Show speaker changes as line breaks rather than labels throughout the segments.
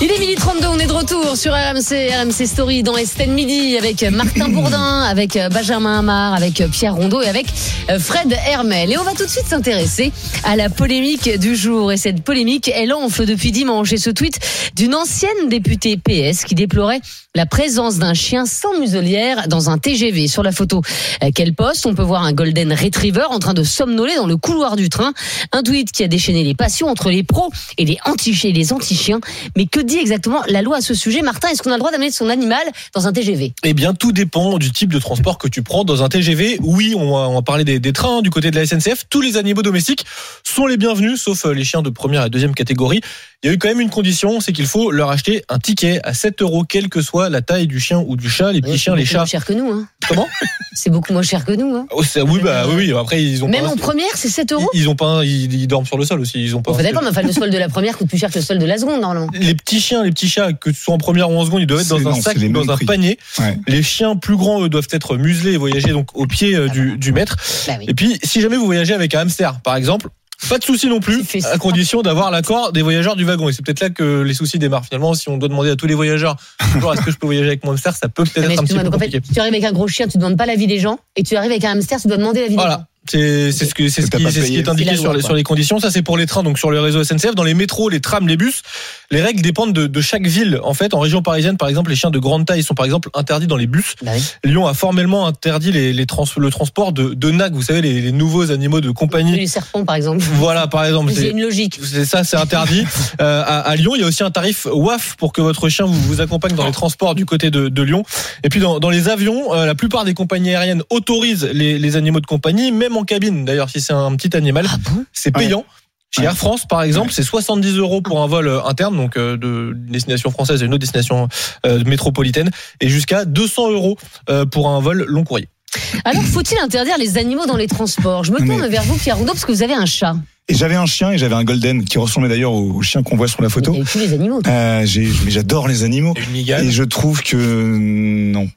Il est midi 32, on est de retour sur RMC, RMC Story dans Estelle Midi avec Martin Bourdin, avec euh, Benjamin Hamar, avec euh, Pierre Rondeau et avec euh, Fred Hermel. Et on va tout de suite s'intéresser à la polémique du jour. Et cette polémique, elle enfle depuis dimanche. Et ce tweet d'une ancienne députée PS qui déplorait la présence d'un chien sans muselière dans un TGV. Sur la photo euh, qu'elle poste, on peut voir un Golden Retriever en train de somnoler dans le couloir du train. Un tweet qui a déchaîné les passions entre les pros et les anti-chiens. Les anti-chiens. Mais que dit exactement la loi à ce sujet Martin, est-ce qu'on a le droit d'amener son animal dans un TGV
Eh bien, tout dépend du type de transport que tu prends dans un TGV. Oui, on va, on va parler des, des trains hein, du côté de la SNCF. Tous les animaux domestiques sont les bienvenus, sauf euh, les chiens de première et deuxième catégorie. Il y a eu quand même une condition, c'est qu'il faut leur acheter un ticket à 7 euros, quelle que soit la taille du chien ou du chat, les petits
Ouais,
chiens, les
Euh, C'est beaucoup
chats.
moins cher que nous. hein.
Comment
C'est beaucoup moins cher que nous. hein.
Oh, ça- Oui, bah oui, oui. Après, ils ont
Même
pas.
en
un-
première, c'est 7
ils,
euros
ils ont pas. un- Ils, ils dorment sur le sol aussi. Ils ont pas.
Enfin,
un-
D'accord, mais enfin, le sol de la première coûte plus cher que le sol de la seconde, normalement.
les petits chiens, les petits chats, que ce soit en première ou en seconde, ils doivent être dans
C'est-
un
non,
sac
c'est les
ou dans
mêmes
un
prix.
panier.
Ouais.
Les chiens plus grands, eux, doivent être muselés et voyager donc au pied euh, du, du maître.
Ah Bah oui.
Et puis, si jamais vous voyagez avec un hamster, par exemple, pas de souci non plus,
Tu fais ça.
à condition d'avoir l'accord des voyageurs du wagon. Et c'est peut-être là que les soucis démarrent. Finalement, si on doit demander à tous les voyageurs, toujours, est-ce que je peux voyager avec mon hamster, ça peut
Non,
peut-être
mais
être un petit
excuse-moi,
peu
donc en fait,
compliqué.
tu arrives avec un gros chien, tu ne demandes pas l'avis des gens, et tu arrives avec un hamster, tu dois demander l'avis des gens.
Voilà. C'est c'est ce, que, c'est ce,
T'as
qui,
pas
c'est ce qui
payé.
est indiqué
C'est la
sur,
loi,
les,
quoi.
sur les conditions. Ça, c'est pour les trains, donc sur le réseau SNCF. Dans les métros, les trams, les bus, les règles dépendent de, de chaque ville. En fait, en région parisienne, par exemple, les chiens de grande taille sont, par exemple, interdits dans les bus.
Bah oui.
Lyon a formellement interdit les, les trans- le transport de, de NAC, vous savez, les, les nouveaux animaux de compagnie.
Les serpents, par exemple.
Voilà, par exemple.
Il y a
c'est-
une logique.
c'est ça, c'est interdit. Euh, à, à Lyon, il y a aussi un tarif WAF pour que votre chien vous, vous accompagne dans les transports du côté de, de Lyon. Et puis dans, dans les avions, euh, la plupart des compagnies aériennes autorisent les, les animaux de compagnie, même en cabine d'ailleurs, si c'est un petit animal.
Ah
c'est payant. Chez
Ouais.
Air France, par exemple, c'est 70 euros pour un vol euh, interne, donc euh, de d'une destination française à une autre destination euh, métropolitaine, et jusqu'à 200 euros euh, pour un vol long courrier.
Alors, faut-il interdire les animaux dans les transports Je me
Non,
tourne
mais-
vers vous, Pierre Rondeau, parce que vous avez un chat.
Et j'avais un chien et j'avais un golden qui ressemblait d'ailleurs au chien qu'on voit sur la
Vous
photo.
avez tous les animaux. toi.
Euh, j'ai- mais j'adore les animaux
Une
et je trouve que euh, non.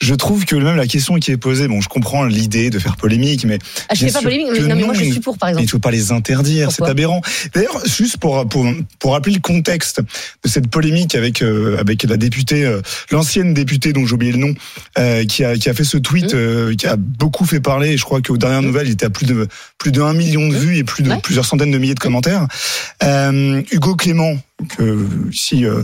je trouve que même la question qui est posée, bon, je comprends l'idée de faire polémique, mais
Ah, je
bien
fais pas
sûr
polémique, mais,
que
non, mais moi
non,
je
mais-
suis pour, par
il ne
exemple.
faut pas les interdire, c'est
Pourquoi
aberrant. D'ailleurs, juste pour, pour pour rappeler le contexte de cette polémique avec euh, avec la députée, euh, l'ancienne députée dont j'ai oublié le nom, euh, qui a qui a fait ce tweet,
Mmh.
euh, qui a beaucoup fait parler. Et je crois qu'aux dernières nouvelles, il était à plus de plus de 1 million de vues et plus de
Mmh. Ouais.
plusieurs centaines de milliers de commentaires. Euh, Hugo Clément, que si euh,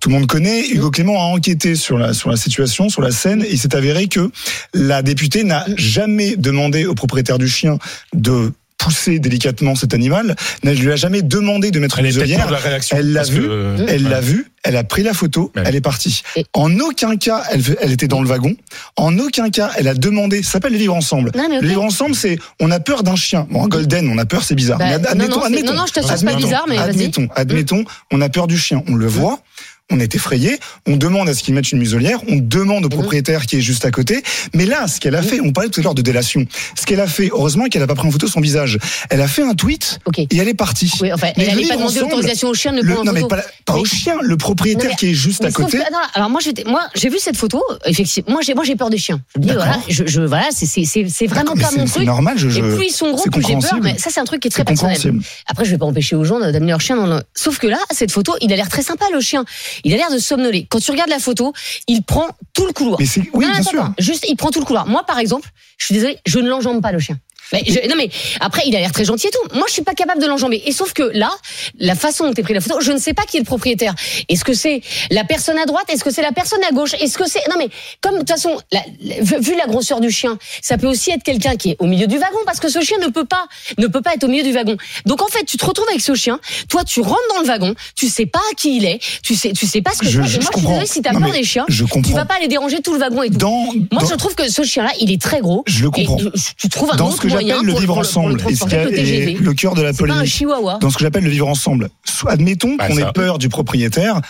tout le monde connaît, Hugo Clément a enquêté sur la sur la situation, sur la scène, et il s'est avéré que la députée n'a jamais demandé au propriétaire du chien de pousser délicatement cet animal, ne lui a jamais demandé de mettre une muselière.
la rédaction.
Elle l'a
parce
vu.
que- euh, Bah
Elle l'a vu, elle a pris la photo,
Ouais.
elle est partie.
Et-
En aucun cas, elle, elle était dans le wagon. En aucun cas, elle a demandé. Ça s'appelle vivre ensemble.
Non, mais ok.
Le Vivre ensemble, c'est on a peur d'un chien. Bon, un golden, on a peur, c'est bizarre.
Bah, non,
Mais
non, c'est- non, non, je t'assure, c'est pas
admettons,
bizarre, mais vas-y.
admettons, admettons, on a peur du chien. On le voit. On est effrayé, on demande à ce qu'il mette une muselière, on demande au
Mhm.
propriétaire qui est juste à côté. Mais là, ce qu'elle a fait, on parlait tout à l'heure de délation. Ce qu'elle a fait, heureusement qu'elle n'a pas pris en photo son visage. Elle a fait un tweet
Ok.
et elle est partie.
Oui, enfin,
Mais
elle n'allait
vivre
pas demander
ensemble,
l'autorisation au chien de le
Le-
prendre en
non, mais
photo.
pas, la- pas
Mais-
au chien, le propriétaire
Non, mais-
qui est juste
Mais
à
sauf
côté.
que- ah non, alors moi, j'étais- moi, j'ai vu cette photo. Effectivement, moi, j'ai, moi, j'ai peur des chiens. Je me dis,
D'accord.
voilà, je, je- voilà, c'est, c'est, c'est, c'est vraiment
Mais
pas
c'est-
mon
c'est
truc.
normal, je.
Et
je-
plus ils sont gros,
c'est
plus j'ai peur.
compréhensible.
Mais ça, c'est un truc qui est très
c'est
personnel.
compréhensible.
Après, je vais pas empêcher aux gens d'amener leur chien dans le... Sauf que là, cette photo, il a l'air très sympa, le chien. Il a l'air de somnoler. Quand tu regardes la photo, il prend tout le couloir.
Mais c'est oui,
Non, non,
bien
attends,
sûr.
attends. Ah, Juste, il prend tout le couloir. Moi, par exemple, je suis désolée, je ne l'enjambe pas, le chien. Mais je- non mais après il a l'air très gentil et tout. Moi je suis pas capable de l'enjamber. Et sauf que là, la façon dont t'es pris la photo, je ne sais pas qui est le propriétaire. Est-ce que c'est la personne à droite Est-ce que c'est la personne à gauche Est-ce que c'est non mais comme de toute façon la- la- vu vu la grosseur du chien, ça peut aussi être quelqu'un qui est au milieu du wagon parce que ce chien ne peut pas ne peut pas être au milieu du wagon. Donc en fait tu te retrouves avec ce chien. Toi tu rentres dans le wagon, tu sais pas qui il est, tu sais tu sais pas ce que
Je-
c'est. Et
je
moi je suis
comprends.
désolée si t'as
Non,
peur
mais
des chiens,
je
tu
comprends.
vas pas aller déranger tout le wagon et tout.
Dans,
Moi,
dans-
je trouve que ce chien-là, il est très gros.
je le
Et
comprends.
je- tu trouves un
Dans
autre
ce que
moyen
j'appelle le
pour
vivre
pour pour
ensemble,
le
et ce qui
transporter que le
est
TGV.
le cœur de la
C'est pas un
polémique.
chihuahua.
Dans ce que j'appelle le vivre ensemble. Soit- Admettons
Bah,
qu'on
ça.
ait peur du propriétaire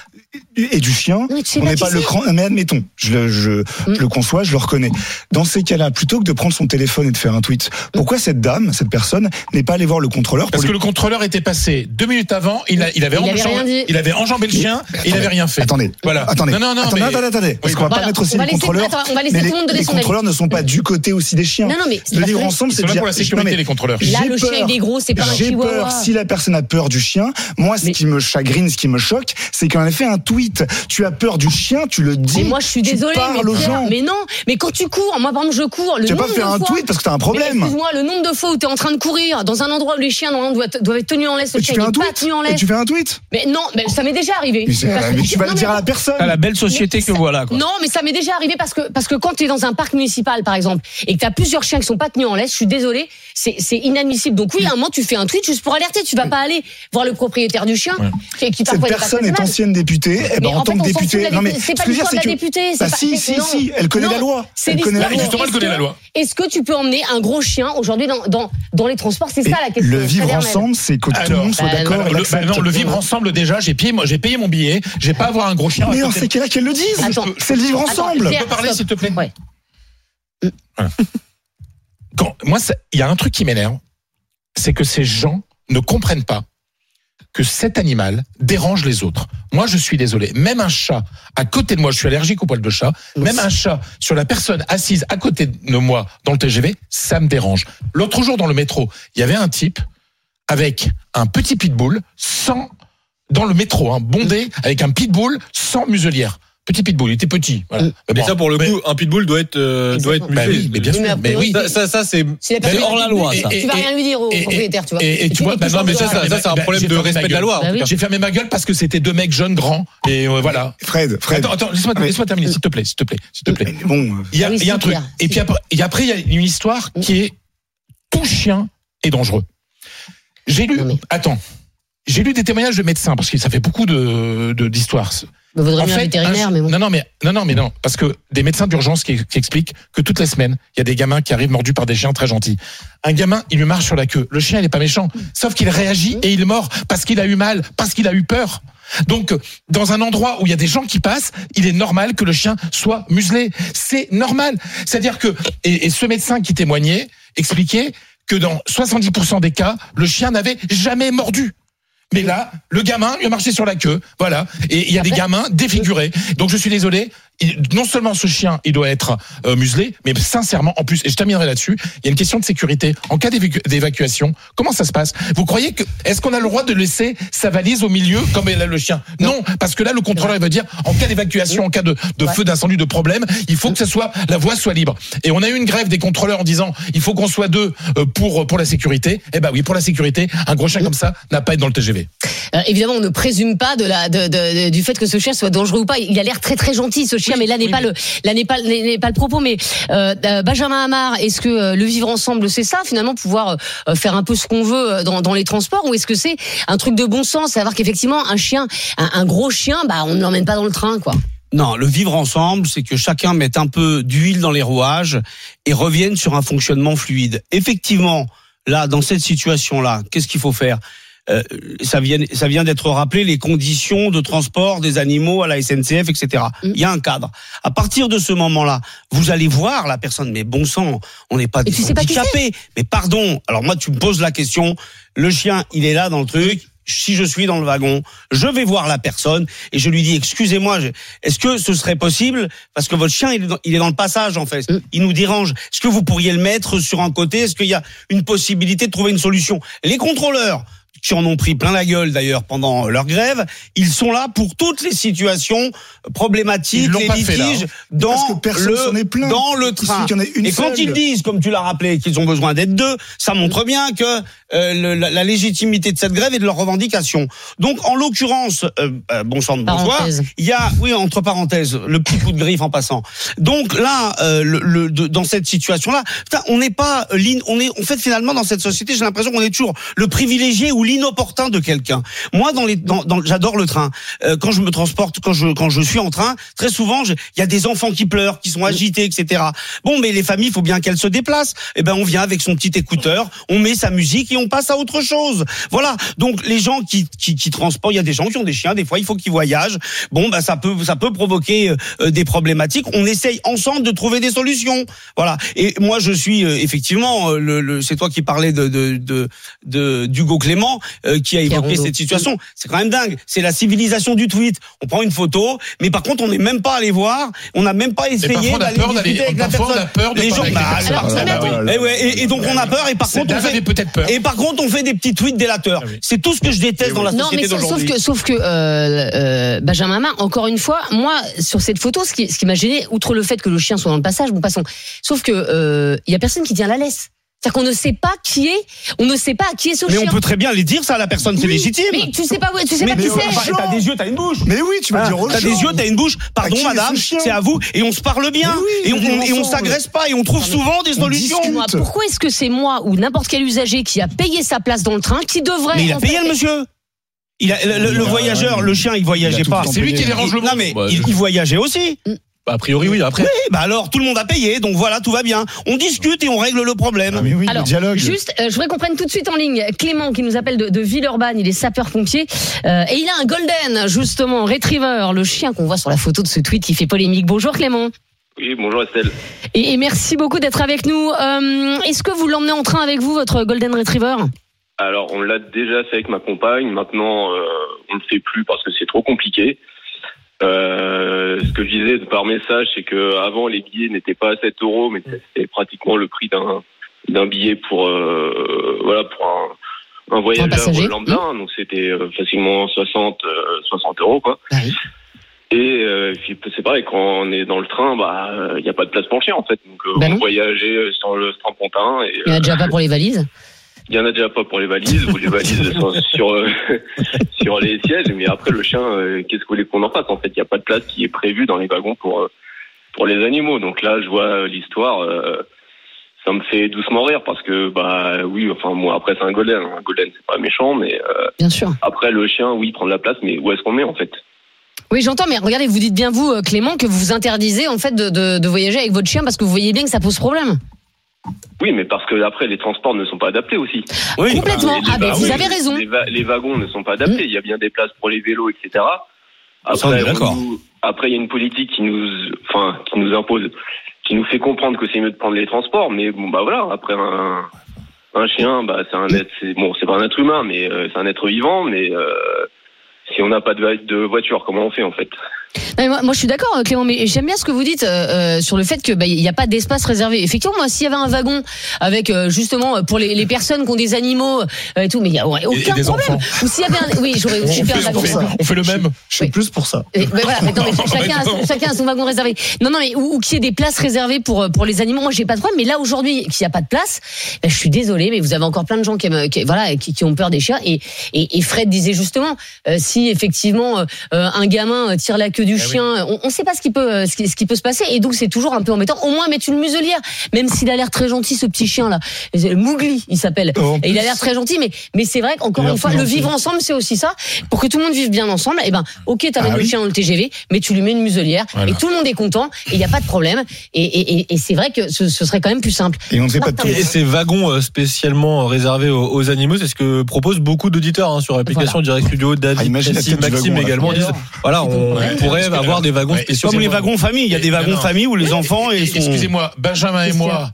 et du chien,
Non, mais tu sais
on
pas
n'est
qui
pas le
c'est. Mm.
cran. Mais admettons, je, le- je, je le conçois, je le reconnais. Dans ces cas-là, plutôt que de prendre son téléphone et de faire un tweet, pourquoi cette dame, cette personne, n'est pas allée voir le contrôleur pour
Parce
lui
que le contrôleur était passé deux minutes avant, il, a- il avait,
Il avait
enjambé-
rien dit.
il avait enjambé le chien
Mais
et il
attendez,
n'avait rien fait.
Attendez,
Voilà.
attendez,
Non, non, non,
attendez,
mais-
attendez, attendez, parce
Oui,
qu'on va
voilà.
pas mettre aussi
On va
les
laisser-
contrôleurs.
attends, on va laisser
mais
tout
les,
le monde donner
les
son avis.
contrôleurs ne sont pas du côté aussi des chiens.
Non, non, mais c'est
le
pas
vivre
vrai.
ensemble,
Ils
c'est
sont là
déjà-
pour la
non,
sécurité,
mais
les contrôleurs.
Là,
j'ai
le chien,
peur.
il est gros, c'est pas un
J'ai
chihuahua.
peur si la personne a peur du chien. Moi, ce
Mais-
qui me chagrine, ce qui me choque, c'est qu'en effet, un tweet, tu as peur du chien, tu le dis.
Mais moi, je suis
tu
désolée, mais,
parles aux
Pierre,
gens.
mais non. Mais quand tu cours, moi, par exemple, je cours. Le
Tu vas pas
nombre
faire
de
un
fois-
tweet parce que t'as un
Mais
problème.
Excuse-moi, le nombre de fois où t'es en train de courir dans un endroit où les chiens normalement doivent, doivent être tenus en laisse, le
Et tu
chien
fais
il
un
est pas
tweet.
tenu en
Et
laisse.
tu fais un tweet.
Mais non, mais ça m'est déjà arrivé.
Mais c'est-
Parce que-
mais tu vas
Non,
le
mais
dire à la personne.
à la belle société que voilà. Quoi.
Non, mais ça m'est déjà arrivé parce que parce que quand tu es dans un parc municipal par exemple et que tu as plusieurs chiens qui sont pas tenus en laisse, je suis désolée, c'est c'est inadmissible. Donc oui, à un moment tu fais un tweet juste pour alerter, tu vas pas aller voir le propriétaire du chien qui, qui
Cette
parfois pas
personne
très
est
aimable.
ancienne députée. Eh ben,
Mais
en, tant
fait,
que
on s'en fout de
députée,
la
non mais
députée.
ce
c'est
que
pas
je veux dire,
l'histoire de
c'est
la
que
députée, c'est
Bah
pas-
si,
c'est-
si,
non.
si, elle connaît
Non,
la loi.
C'est
Elle connaît
l'histoire.
la loi.
Mais justement, elle connaît la loi.
Est-ce que tu peux emmener un gros chien aujourd'hui dans, dans, dans les transports C'est
Et
ça la question.
Le vivre
Frédéric.
ensemble, c'est que tout le
Alors,
monde soit
bah,
d'accord.
Alors,
et
le, bah,
l'accepte.
non, le vivre ensemble déjà, j'ai payé, moi, j'ai payé mon billet, j'ai pas à avoir un gros chien. à
Mais
côté
en
de
ces cas-là, qu'elle le dise.
Attends.
C'est le vivre
Attends,
ensemble.
Pierre,
peux parler,
stop.
s'il te plaît
Ouais.
quand moi ça- il y a un truc qui m'énerve c'est que ces gens ne comprennent pas que cet animal dérange les autres. Moi, je suis désolé. Même un chat à côté de moi, je suis allergique aux poils de chat. Même un chat sur la personne assise à côté de moi dans le TGV, ça me dérange. L'autre jour dans le métro, il y avait un type avec un petit pitbull sans dans le métro, hein, bondé avec un pitbull sans muselière. Petit pitbull, il était petit. Voilà.
Euh, Mais
bon.
ça, pour le
Mais-
coup, un pitbull doit être, euh, doit être
Bah
muselé.
oui, mais bien
Oui, mais a
sûr. Mais
priori,
oui.
Ça, ça, ça, c'est.
C'est la
Mais
personne
hors
qui
la
dit-
loi,
Et-
ça.
et-
Tu vas
et-
rien lui dire au
et- et-
Oh, propriétaire, tu vois.
Et, et
C'est
tu vois,
lui
bah
qui
non, mais
s'en
ça,
doit.
ça, ça, c'est un
Bah,
problème
j'ai
de
fermé
respect
ma
de la
gueule.
loi. en
Bah
tout
oui.
cas. J'ai fermé ma gueule parce que c'était deux mecs jeunes grands et euh, voilà.
Fred, Fred.
Attends, attends, laisse-moi,
Mais-
laisse-moi terminer, s'il te plaît, s'il te plaît, s'il te plaît.
Mais Bon, euh,
Il y a,
Oui,
il y a
c'est
un truc.
clair,
Et
c'est
puis après, et après, il y a une histoire qui est tout chien est dangereux. J'ai lu,
Non, mais-
attends, j'ai lu des témoignages de médecins parce que ça fait beaucoup de de- d'histoires.
Bah, Vaudrait
En
mieux un
fait,
vétérinaire,
un-
mais bon.
Non, non, mais non, non, mais non, parce que des médecins d'urgence qui, qui expliquent que toutes les semaines, il y a des gamins qui arrivent mordus par des chiens très gentils. Un gamin, il lui marche sur la queue. Le chien, il est pas méchant, sauf qu'il réagit et il mord parce qu'il a eu mal, parce qu'il a eu peur. Donc, euh, dans un endroit où il y a des gens qui passent, il est normal que le chien soit muselé. C'est normal. C'est-à-dire que et, et ce médecin qui témoignait expliquait que dans 70% des cas, le chien n'avait jamais mordu. Mais là, le gamin lui a marché sur la queue, voilà. Et il y a des gamins défigurés. Donc je suis désolé. il- non seulement ce chien, il doit être euh, muselé, mais sincèrement, en plus, et je terminerai là-dessus, il y a une question de sécurité. En cas d'évacu- d'évacuation, comment ça se passe Vous croyez que est-ce qu'on a le droit de laisser sa valise au milieu comme elle a le chien Non, parce que là, le contrôleur il va dire en cas d'évacuation, en cas de, de
Ouais.
feu, d'incendie, de problème, il faut que ça soit la voie soit libre. Et on a eu une grève des contrôleurs en disant il faut qu'on soit deux euh, pour pour la sécurité. Eh ben oui, pour la sécurité, un gros chien comme ça n'a pas à être dans le TGV.
Euh, évidemment, on ne présume pas de la, de, de- de- du fait que ce chien soit dangereux ou pas. Il a l'air très très gentil, ce chien, mais là n'est pas le, là n'est pas, n'est n'est pas le propos. Mais euh, euh, Benjamin Hamar, est-ce que euh, le vivre ensemble, c'est ça finalement, pouvoir euh, faire un peu ce qu'on veut euh, dans, dans les transports, ou est-ce que c'est un truc de bon sens, savoir qu'effectivement un chien, un, un gros chien, bah on ne l'emmène pas dans le train, quoi.
Non, le vivre ensemble, c'est que chacun mette un peu d'huile dans les rouages et revienne sur un fonctionnement fluide. Effectivement, là, dans cette situation-là, qu'est-ce qu'il faut faire Euh, ça vient, ça vient d'être rappelé les conditions de transport des animaux à la SNCF, etc.
Mm.
Il y a un cadre. À partir de ce moment-là, vous allez voir la personne. Mais bon sang, on n'est pas
Et
des
tu sais pas qui
handicapés. mais pardon. Alors moi, tu me poses la question. Le chien, il est là dans le truc. Si je suis dans le wagon, je vais voir la personne et je lui dis excusez-moi, je- est-ce que ce serait possible parce que votre chien il est dans, il est dans le passage en fait, il nous dérange. Est-ce que vous pourriez le mettre sur un côté Est-ce qu'il y a une possibilité de trouver une solution Les contrôleurs qui en ont pris plein la gueule d'ailleurs pendant leur grève, ils sont là pour toutes les situations problématiques,
Ils l'ont
les
pas fait, là, hein.
litiges
Parce
dans
que personne s'en est
le
plaint.
dans le
Il
train.
suffit qu'il y en ait une
et quand
seule.
ils disent, comme tu l'as rappelé, qu'ils ont besoin d'être deux, ça montre bien que euh, le- la, la légitimité de cette grève et de leurs revendications. Donc, en l'occurrence, euh, euh, bon sang de bonsoir,
Parenthèse.
il y a, oui, entre parenthèses, le petit coup de griffe en passant. Donc là, euh, le, le- de- dans cette situation-là, putain, on n'est pas, euh, l'in- on est, en fait, finalement, dans cette société, j'ai l'impression qu'on est toujours le privilégié ou l'inégalisé inopportun de quelqu'un. Moi, dans les, dans, dans- j'adore le train. Euh, quand je me transporte, quand je, quand je suis en train, très souvent, je- il y a des enfants qui pleurent, qui sont agités, etc. Bon, mais les familles, il faut bien qu'elles se déplacent. Eh ben, on vient avec son petit écouteur, on met sa musique et on passe à autre chose. Voilà. Donc, les gens qui, qui, qui transportent, il y a des gens qui ont des chiens, des fois, il faut qu'ils voyagent. Bon, bah, ça peut, ça peut provoquer euh, euh, des problématiques. On essaye ensemble de trouver des solutions. Voilà. Et moi, je suis euh, effectivement, euh, le, le- c'est toi qui parlais de, de, de, de- d'Hugo Clément, euh, qui a évoqué
Rondeau.
cette situation. C'est quand même dingue. C'est la civilisation du tweet. On prend une photo, mais par contre, on n'est même pas allé voir, on n'a même pas
parfois,
essayé
on a
d'aller
peur
discuter
d'aller-
avec la
parfois, on a
personne.
peur de
les gens,
parler avec
bah,
les personnes.
alors,
Alors,
ça
mais
m'étonne.
attends.
Eh ouais, et, et donc on a peur et par
Cette
contre on
dame
fait
avait peut-être peur.
et par contre on fait des petits tweets délateurs.
Ah
C'est tout ce que je déteste dans la
Non,
société
mais sauf, sauf
d'aujourd'hui.
que, sauf que euh, euh, Benjamin Hamar, encore une fois, moi, sur cette photo, ce qui, ce qui m'a gêné, outre le fait que le chien soit dans le passage, bon, passons. Sauf que euh, il y a personne qui tient la laisse. C'est-à-dire qu'on ne sait pas qui est, on ne sait pas à qui est ce
Mais
chien.
on peut très bien les dire ça à la personne, c'est
Oui,
légitime.
Mais tu sais pas, où- tu sais pas
Mais euh,
qui
tu-
ouais,
c'est.
bah,
t'as des yeux, t'as une bouche.
Mais oui, tu vas
Ah,
dire aux
t'as
gens.
des yeux, t'as une bouche.
À
Pardon,
qui
madame,
est ce chien
c'est à vous. Et on se parle bien.
Mais oui,
et on,
on vit
et on
ensemble.
s'agresse pas. Et on trouve souvent des solutions.
discute.
Moi, pourquoi est-ce que c'est moi ou n'importe quel usager qui a payé sa place dans le train qui devrait
Mais il a
en
payé
fait,
le monsieur. Il a, le, le- le
Il a-
voyageur,
il-
le chien, il
il
voyageait
a tout
pas.
le temps
C'est lui qui dérange le
Non
monde.
mais
Bah,
il, il voyageait aussi.
Bah, a priori, oui. Après,
Eh bah alors tout le monde a payé, donc voilà tout va bien. On discute et on règle le problème.
Ah, mais oui,
Alors,
le dialogue.
Juste, euh, je voudrais qu'on prenne tout de suite en ligne Clément qui nous appelle de, de Villeurbanne, il est sapeur-pompier euh, et il a un golden justement, retriever, le chien qu'on voit sur la photo de ce tweet qui fait polémique. Bonjour Clément.
Oui, bonjour Estelle.
Et, et merci beaucoup d'être avec nous. Euh, Est-ce que vous l'emmenez en train avec vous, votre golden retriever
Alors, on l'a déjà fait avec ma compagne. Maintenant, euh, on ne le fait plus parce que c'est trop compliqué. Euh, ce que je disais par message, c'est que avant les billets n'étaient pas à 7 euros, mais c'était pratiquement le prix d'un d'un billet pour euh, voilà pour un, un voyageur
passager.
lambda. Donc c'était euh, facilement 60 euh, 60 euros quoi.
Bah oui.
Et euh, et puis, c'est pareil quand on est dans le train, bah il n'y a pas de place pour le chien en fait. Donc euh,
Bah
on
non.
voyageait sur le strapontin et euh,
Il n'y en a déjà pas pour les valises.
Il y en a déjà pas pour les valises, ou les valises sont sur euh, sur les sièges, mais après le chien, euh, qu'est-ce que vous voulez qu'on en fasse En fait, il n'y a pas de place qui est prévue dans les wagons pour euh, pour les animaux. Donc là, je vois euh, l'histoire, euh, ça me fait doucement rire parce que bah oui, enfin moi après c'est un golden, hein. un golden c'est pas méchant, mais euh,
Bien sûr.
après le chien, oui, il prend de la place, mais où est-ce qu'on le met en fait
Oui, j'entends, mais regardez, vous dites bien vous, euh, Clément, que vous vous interdisez en fait de, de- de voyager avec votre chien parce que vous voyez bien que ça pose problème.
Oui, mais parce que après les transports ne sont pas adaptés aussi.
Oui.
Complètement.
Et les
Ah ben,
va-
vous
bah oui,
avez raison. Mm.
Les, va- les wagons ne sont pas adaptés. Il y a bien des places pour les vélos, etc.
Ah, Ça, on est
Après, on
d'accord.
nous- après, il y a une politique qui nous, enfin, qui nous impose, qui nous fait comprendre que c'est mieux de prendre les transports. Mais bon, bah voilà. Après, un, un chien, bah c'est
Mm.
un être, c'est bon, c'est pas un être humain, mais euh, c'est un être vivant. Mais euh, si on n'a pas de, va- de voiture, comment on fait en fait
Non, mais moi, moi, je suis d'accord, euh, Clément, mais j'aime bien ce que vous dites euh, euh, sur le fait que bah, il n'y a pas d'espace réservé. Effectivement, moi, s'il y avait un wagon avec euh, justement euh, pour les, les personnes qui ont des animaux euh, et tout, mais il n'y aurait
et
aucun
des
problème.
enfants.
Ou s'il y avait un, oui, j'aurais
On
je fais un
fait, on
wagon.
fait- on fait le même.
Je suis
Oui.
plus pour ça.
Et, bah, voilà, mais non, mais ch- chacun, a son, chacun a son wagon réservé. Non, non, mais ou, ou qu'il y ait des places réservées pour euh, pour les animaux. Moi, j'ai pas de problème. Mais là aujourd'hui, qu'il n'y a pas de place, bah, je suis désolée, mais vous avez encore plein de gens qui, aiment, qui- voilà qui, qui ont peur des chiens. Et et, et Fred disait justement, euh, si effectivement euh, euh, un gamin euh, tire la queue du chien, on, on sait pas ce qui peut euh, ce qui, ce qui peut se passer. Et donc c'est toujours un peu embêtant. Au moins mettre une muselière, même s'il a l'air très gentil ce petit chien là, Mougli, il s'appelle.
Oh,
En
Et il a l'air
plus-
très gentil, mais, mais c'est vrai qu'encore
Il a
une fois,
l'air
le
gentil.
vivre ensemble, c'est aussi ça. Pour que tout le monde vive bien ensemble, eh ben, ok, t'amènes
Ah
le
oui.
chien dans le TGV, mais tu lui mets une muselière,
Voilà.
et tout le monde est content, et il n'y a pas de problème. Et, et, et, et c'est vrai que ce, ce serait quand même plus simple.
Et on ne fait pas de
Martin.
tout.
Et ces wagons euh, spécialement réservés aux, aux animaux, c'est ce que proposent beaucoup d'auditeurs hein, sur l'application Direct Studio,
Ah,
David,
imagine la
Cassim,
tête du
Maxime
wagon, là.
également.
Et
disent,
alors
voilà, on
Ouais.
pourrait avoir des wagons
Ouais.
spéciaux.
Comme les wagons famille, il y a des wagons
Non.
famille où les enfants et son...
Excusez-moi, Benjamin et
Qu'est-ce qu'il y
moi,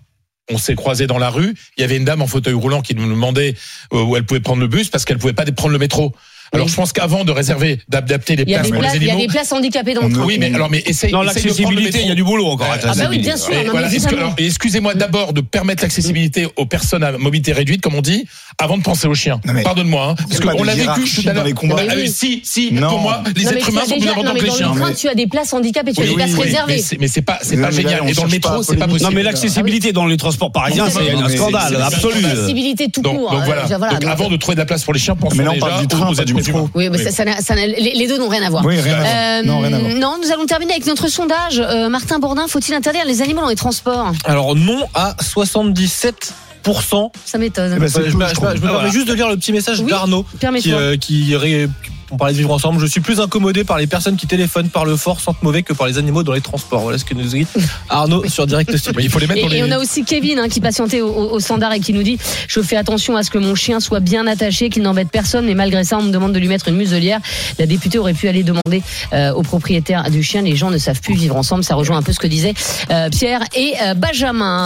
on s'est croisés dans la rue. Il y avait une dame en fauteuil roulant qui nous demandait euh, où elle pouvait prendre le bus parce qu'elle pouvait pas prendre le métro. Alors
Oui.
je pense qu'avant de réserver, d'adapter les
Il y a
places
des
pour
places,
les
il y a
animaux.
des places handicapées dans le
On
train.
ne-
Oui, mais alors mais essaye.
Dans
essaye de prendre le
l'accessibilité, il y a
métro.
du boulot encore. à
Ah,
la
bah
oui,
Tasmanie.
bien sûr.
Et
non, mais
voilà, est-ce que-
évidemment.
alors, et excusez-moi d'abord de permettre l'accessibilité aux personnes à mobilité réduite, comme on dit, avant de penser aux chiens.
Non, mais-
Pardonne-moi, hein, parce
pas de
qu'on l'a vécu
hiérarchie
tout à
dans
l'heure.
les combats.
Eh ben,
Mais oui.
euh, Si, si,
Non.
pour moi, les
Non, mais
êtres
ça,
humains sont plus
déjà, non,
importants
mais
que les
dans
chiens.
le train,
Mais-
tu as des places handicapées, tu as
Oui,
des places
oui, oui, mais
réservées.
c'est- mais c'est pas, c'est
Là,
pas
mais là,
génial.
on
Et dans le
cherche pas
métro,
à
c'est pas
polémiquer.
possible.
Non mais l'accessibilité dans les transports parisiens,
Non,
c'est
non,
un
mais
scandale
c'est- c'est-
absolu.
Accessibilité bah, tout
Donc,
court.
donc
euh,
voilà.
je- voilà,
Donc,
donc-
avant de trouver de la place pour les chiens, pensons
Mais là, on
déjà
parle du
aux-
train,
aux
pas du
êtres
métro.
humains.
Oui, mais
Oui.
ça, ça n'a- ça n'a- les, les deux n'ont rien à voir.
Oui, rien à
Euh,
voir. Non, rien à voir.
non, nous allons terminer avec notre sondage. Euh, Martin Bourdin, faut-il interdire les animaux dans les transports
Alors non à 77 50%.
Ça m'étonne.
Eh
Enfin,
ben, c'est
Bah, je,
cool,
me-
je
je
trouve.
me- je
Ah,
me permets juste de lire le petit message
Oui,
d'Arnaud qui,
Permettez-moi.
euh, qui ré- on parlait de vivre ensemble. Je suis plus incommodé par les personnes qui téléphonent par le fort sentent mauvais que par les animaux dans les transports. Voilà ce que nous dit Arnaud sur Direct Studio.
Mais il faut les mettre
Et,
dans les.
et on a aussi Kevin hein, qui patientait au, au- au standard et qui nous dit Je fais attention à ce que mon chien soit bien attaché, qu'il n'embête personne, mais malgré ça, on me demande de lui mettre une muselière. La députée aurait pu aller demander euh, au propriétaire du chien Les gens ne savent plus vivre ensemble. Ça rejoint un peu ce que disaient euh, Pierre et euh, Benjamin.